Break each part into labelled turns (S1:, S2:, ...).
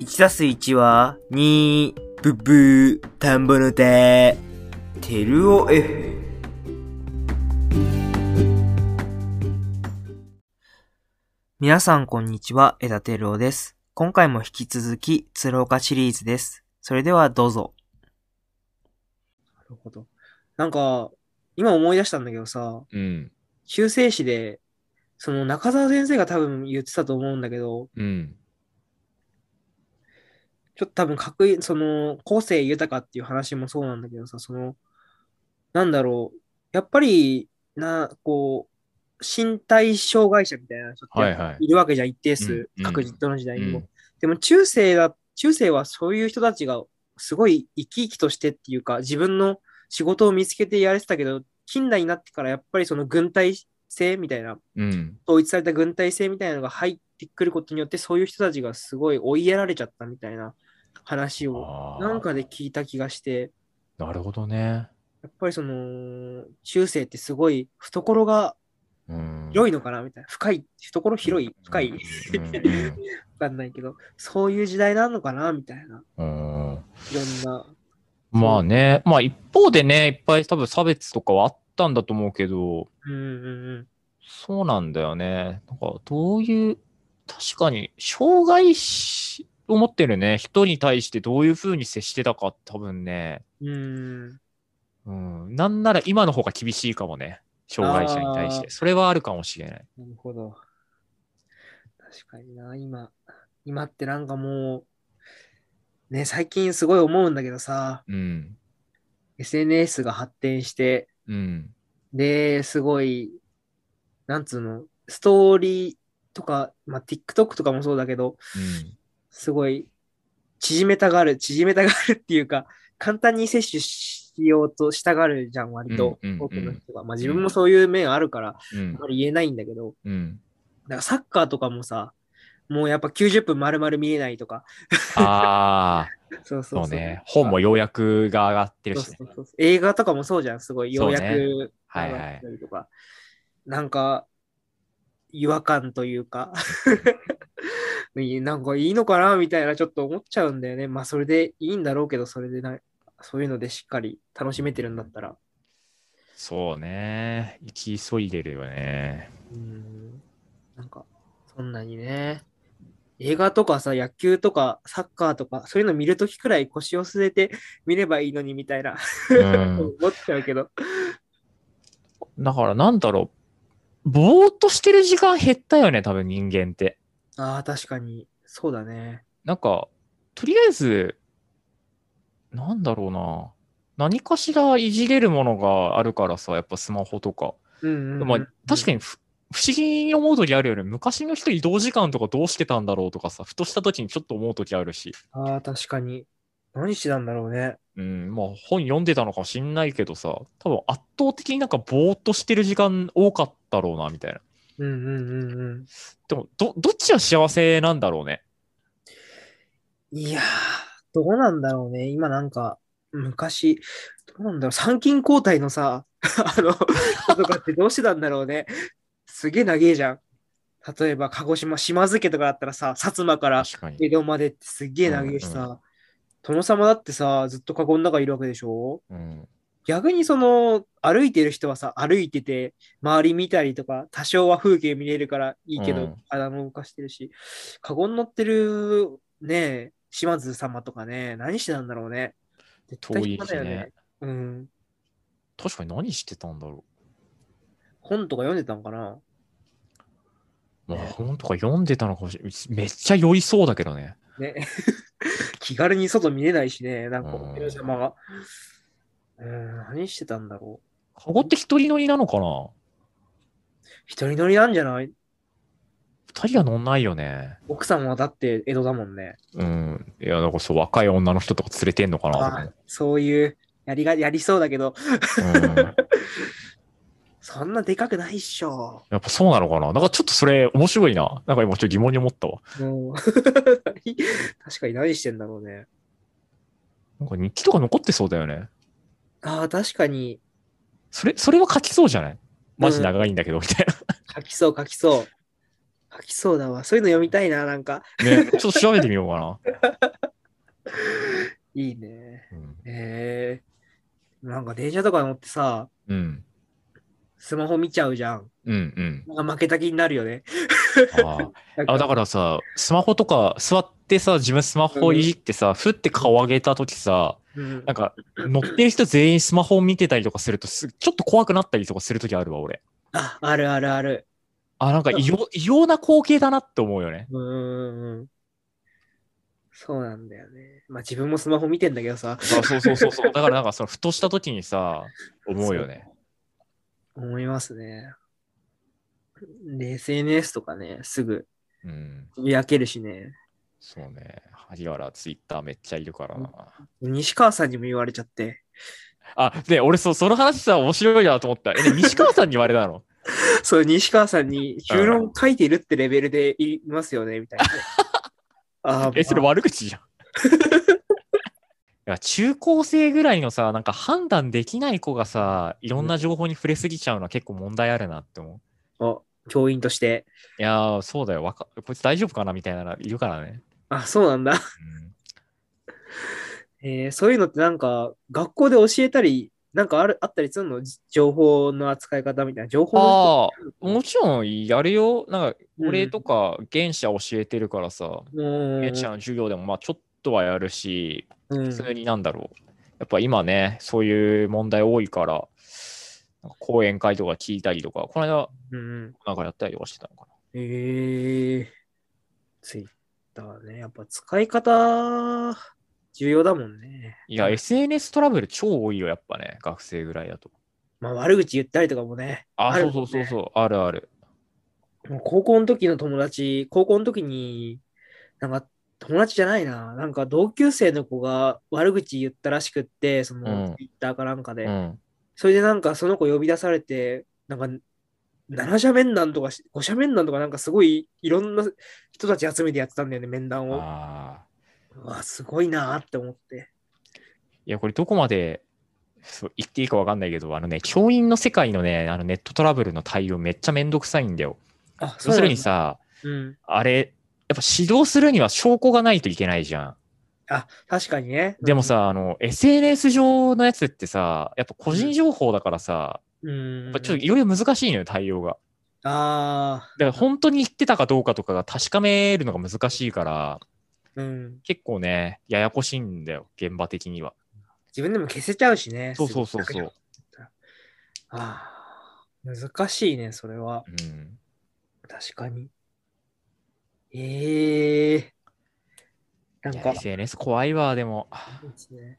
S1: 1す1は、2、ブブー、田んぼの手、てるお F。皆さんこんにちは、枝てるおです。今回も引き続き、鶴岡シリーズです。それではどうぞ。
S2: なるほど。なんか、今思い出したんだけどさ、
S3: うん。
S2: 修正誌で、その中澤先生が多分言ってたと思うんだけど、
S3: うん。
S2: ちょっと多分かっこいい、その、個性豊かっていう話もそうなんだけどさ、その、なんだろう、やっぱり、な、こう、身体障害者みたいな人って
S3: は
S2: や
S3: い
S2: っぱ
S3: はい。
S2: いるわけじゃん、一定
S3: うん
S2: 数
S3: う、ん
S2: 確実の時代にも。
S3: うん
S2: でも中世だ、中世はそういう人たちがすごい生き生きとしてっていうか、自分の仕事を見つけてやれてたけど、近代になってからやっぱりその軍隊制みたいな、
S3: うん。
S2: 統一された軍隊制みたいなのが入ってくることによって、そういう人たちがすごい追いやられちゃったみたいな話を、
S3: あー
S2: なんかで聞いた気がして、
S3: なるほどね。
S2: やっぱりその、中世ってすごい懐が
S3: うん。
S2: 広
S3: い。
S2: いのかなみたいな、深い、懐広い、深い。
S3: うん
S2: わかんないけど、そういう時代なのかなみたいな。
S3: うんうん
S2: いろんな。
S3: まあね、まあ一方でね、いっぱい多分差別とかはあったんだと思うけど、
S2: うんうん
S3: そうなんだよね。なんかどういう、確かに、障害しを持ってるね、人に対してどういうふうに接してたか、多分ね、
S2: うん。うん。
S3: うん、なんなら今の方が厳しいかもね、障害者に対し
S2: あ
S3: て。それはあるかもしれない。
S2: なるほど。確かにな、今、今ってなんかもう、ね、最近すごい思うんだけどさ、
S3: うん。
S2: SNS が発展して、
S3: うん。
S2: で、すごい、なんつうの、ストーリーとか、まあ、TikTok とかもそうだけど、
S3: うん。
S2: すごい、縮めたがる、縮めたがるっていうか、簡単に摂取しようとしたがるじゃん、割と
S3: うんうんうん
S2: 多くの人が。まあ自分もそういう面あるから、
S3: うん
S2: あんまり言えないんだけど、
S3: うん。
S2: だからサッカーとかもさ、もうやっぱ90分丸々見えないとか、
S3: ああ、
S2: そう そうそう
S3: そうね。本も要約が上がってる
S2: そう
S3: し
S2: そう
S3: ね。
S2: そう映画とかもそうじゃん、すごい、
S3: そ
S2: よ
S3: う
S2: う
S3: ね
S2: やく、
S3: はいはい
S2: たりとか、なんか、違和感というか、 いいなんかいいのかなみたいな、ちょっと思っちゃうんだよね。まあ、それでいいんだろうけど、それでな、そういうのでしっかり楽しめてるんだったら。
S3: そうね。行き急いでるよね。
S2: うん、なんか、そんなにね。映画とかさ、野球とか、サッカーとか、そういうの見るときくらい腰を据えて見ればいいのにみたいな、
S3: うん。
S2: 思っちゃうけど。
S3: だからなんだろう。ぼーっとしてる時間減ったよね、多分人間って。
S2: ああ、確かに、そうだね。
S3: なんか、とりあえず、なんだろうな。何かしらいじれるものがあるからさ、やっぱスマホとか。
S2: うんうんうん
S3: まあ、確かにふ不思議に思う時あるよね。昔の人移動時間とかどうしてたんだろうとかさ、ふとした時にちょっと思う時あるし。
S2: ああ、確かに。何してたんだろうね。
S3: うん、まあ本読んでたのかもしんないけどさ、多分圧倒的になんかぼーっとしてる時間多かったろうな、みたいな。
S2: うんうんうんうん。
S3: でも、ど、どっちが幸せなんだろうね。
S2: いやー、どうなんだろうね。今なんか、昔、どうなんだろう。参勤交代のさ、 あの、人とかってどうしてたんだろうね。すげえ長えじゃん。例えば、鹿児島、島津家とかだったらさ、薩摩から
S3: 確かに。
S2: 江戸までってすっげえ長えしさ、
S3: うん
S2: 殿様だってさ、ずっと籠の中いるわけでしょ
S3: うん。
S2: 逆にその歩いてる人はさ歩いてて周り見たりとか多少は風景見れるからいいけど、
S3: うん
S2: 体も動かしてるしカゴに乗ってるねえ島津様とかね何してたんだろうね絶対
S3: 遠い
S2: 暇
S3: し
S2: だよね
S3: ね。
S2: うん
S3: 確かに何してたんだろ
S2: 本とか読んでたんかな
S3: う。まあ
S2: ね
S3: 本とか読んでたのかもしれない。めっちゃ酔いそうだけどね。
S2: ね 気軽に外見れないしねなんか
S3: うん
S2: お寺様がうん何してたんだろう
S3: カゴって一人乗りなのかな
S2: 一人乗りなんじゃない
S3: 二人は乗んないよね。
S2: 奥様はだって江戸だもんね
S3: うん。いや、なんかそう、若い女の人とか連れてんのかなと
S2: あそういうやりがやりそうだけど
S3: かね。うん。
S2: そんなでかくないっしょ。
S3: やっぱそうなのかななんかちょっとそれ面白いな。なんか今ちょっと疑問に思ったわ。
S2: もう確かに何してんだろうね。
S3: なんか日記とか残ってそうだよね。
S2: ああ、確かに
S3: それ、それは書きそうじゃないマジ長いんだけど、みたいな。
S2: 書きそう書きそう。書きそうだわ。そういうの読みたいな、なんか。
S3: ね、 ちょっと調べてみようかな。
S2: いいね。
S3: うん
S2: へえなんか電車とか乗ってさ、
S3: うん。
S2: スマホ見ちゃうじゃん。
S3: うんうん。
S2: なんか負けた気になるよね。
S3: あーあだからさ、スマホとか、座ってさ、自分スマホいじってさ、ふって顔上げたときさ、
S2: ら、うん
S3: なんか、乗ってる人全員スマホを見てたりとかするとす、ちょっと怖くなったりとかするときあるわ、俺。
S2: あ、あるあるある。
S3: あ、なんか異様、異様な光景だなって思うよね。
S2: うんうんうん。そうなんだよね。まあ自分もスマホ見てんだけどさ、
S3: あそうそうそうそう。だからなんか、その、ふとしたときにさ、思うよね。
S2: 思いますね。で、SNS とかね、すぐ
S3: うん。
S2: つぶやけるしね。
S3: そうね。萩原、ツイッターめっちゃいるからな。
S2: 西川さんにも言われちゃって。
S3: あ、で、俺そう、その話さ、面白いなと思った。え、 で西川さんに言われたの
S2: そう、西川さんに評論書いてるってレベルでいますよね、み たいな。あー
S3: え、それ悪口じ ゃん。いや中高生ぐらいのさ、なんか判断できない子がさ、いろんな情報に触れすぎちゃうのは結構問題あるなって思う。
S2: あ教員として。
S3: いやー、そうだよ。わかこいつ大丈夫かなみたいなのいるからね。
S2: あ、そうなんだ。 えーそういうのってなんか、学校で教えたり、なんかあるあったりするのじ情報の扱い方みたいな。情報の
S3: ああ、もちろんやるよ。なんか、
S2: うん
S3: 俺とか、原社教えてるからさ、
S2: うん
S3: 原社の授業でも、まあ、ちょっとはやるし、
S2: うん
S3: 普通になんだろう。やっぱ今ね、そういう問題多いから、なんか講演会とか聞いたりとか、この間
S2: うんうん。
S3: なんかやったりとかしてたのか
S2: えー、ツイッターね。やっぱ使い方、重要だもんね。
S3: な。いや、SNS トラブル超多いよ、やっぱね、学生ぐらいだと。
S2: まあ悪口言ったりとかもね。
S3: あ、
S2: ある
S3: そうそうそうそう、あるある。
S2: もう高校の時の友達、高校の時に、なんか友達じゃないな。なんか同級生の子が悪口言ったらしくって、そ
S3: うん
S2: のツイッターかなんかで。
S3: うん。
S2: それでなんかその子呼び出されて、なんか7社面談とか5社面談とかなんかすごいいろんな人たち集めてやってたんだよね、面談を。
S3: ああ。
S2: うわ、すごいなーって思って。
S3: いや、これどこまでそう言っていいかわかんないけど、あのね、教員の世界のね、あのネットトラブルの対応めっちゃめんどくさいんだよ。
S2: あ、
S3: 要するにさ、
S2: そうなんだ。うん。
S3: あれ、やっぱ指導するには証拠がないといけないじゃん。
S2: あ、確かにね。
S3: でも、さ、あの、SNS 上のやつってさ、やっぱ個人情報だからさ、
S2: うん。
S3: やっぱちょっといろいろ難しいのよ、対応が。
S2: あ
S3: だから本当に言ってたかどうかとかが確かめるのが難しいから、
S2: ー、うん。
S3: 結構ね、ややこしいんだよ、現場的には。
S2: 自分でも消せちゃうしね。
S3: そうそうそうそう。
S2: あー難しいね、それは。
S3: うん。
S2: 確かに。ええー。
S3: い
S2: なん
S3: や
S2: か、
S3: SNS 怖いわ、でも。
S2: そうですね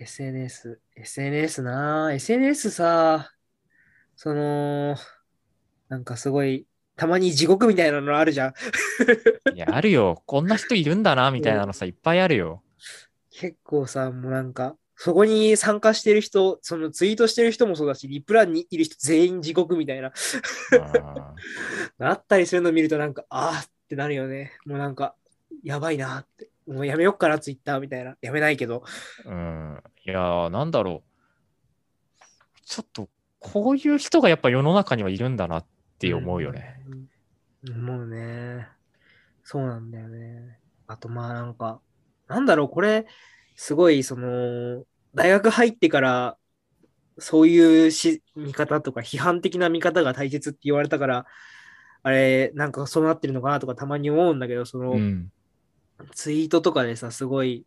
S2: SNS、SNS なぁ SNS さ、その、なんかすごい、たまに地獄みたいなのあるじゃん。
S3: いや、あるよ。こんな人いるんだな、みたいなのさ、いっぱいあるよ。
S2: 結構さ、もうなんか、そこに参加してる人、そのツイートしてる人もそうだし、リプランにいる人全員地獄みたいな、
S3: あ
S2: あったりするの見るとなんか、あーってなるよね。もうなんか、やばいなって。もうやめよっかな、ツイッターみたいな。やめないけど。
S3: ーうん。いやー、なんだろう。ちょっと、こういう人がやっぱ世の中にはいるんだなって思うよね。
S2: うん。思うね。そうなんだよね。あとまあなんか、なんだろう、これ、すごい、その、大学入ってから、そういうし見方とか、批判的な見方が大切って言われたから、あれ、なんかそうなってるのかなとかたまに思うんだけど、その、
S3: うん
S2: ツイートとかでさ、すごい、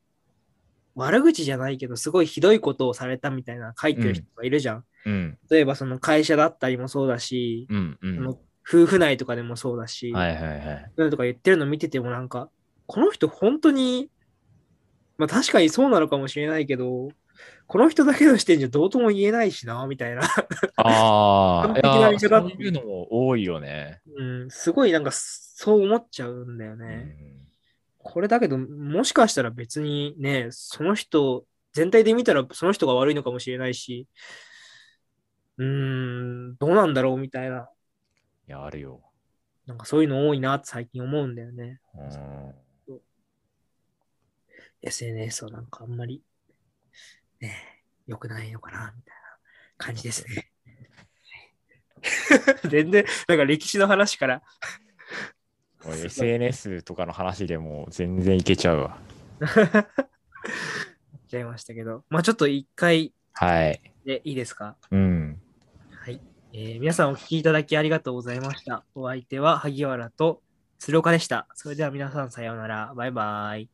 S2: 悪口じゃないけど、すごいひどいことをされたみたいな書いてる人がいるじゃん。
S3: うん
S2: 例えば、その会社だったりもそうだし、
S3: うんう
S2: その
S3: ん。
S2: 夫婦内とかでもそうだし、
S3: はいはいはい。
S2: 夫婦とか言ってるの見ててもなんか、この人本当に、まあ確かにそうなのかもしれないけど、この人だけの視点じゃどうとも言えないしな、みたいな。
S3: あ
S2: 完璧
S3: あ、
S2: ない
S3: や、
S2: 店だ
S3: そういうのも多いよね。
S2: うん、すごいなんかそう思っちゃうんだよ
S3: う
S2: ね。
S3: ん
S2: これだけど、もしかしたら別にね、その人、全体で見たらその人が悪いのかもしれないし、うーん、どうなんだろうみたいな、
S3: いや、あるよ。
S2: なんかそういうの多いなって最近思うんだよね。
S3: うん。
S2: SNS はなんかあんまり、ね、良くないのかな、みたいな感じですね。 全然、なんか歴史の話から
S3: もう SNS とかの話でもう全然いけちゃうわ。
S2: 言っちゃいましたけど、まあちょっと一回
S3: はい。
S2: でいいですか
S3: うん。
S2: はい、えー皆さんお聞きいただきありがとうございました。お相手は萩原と鶴岡でした。それでは皆さんさようなら。バイバイ。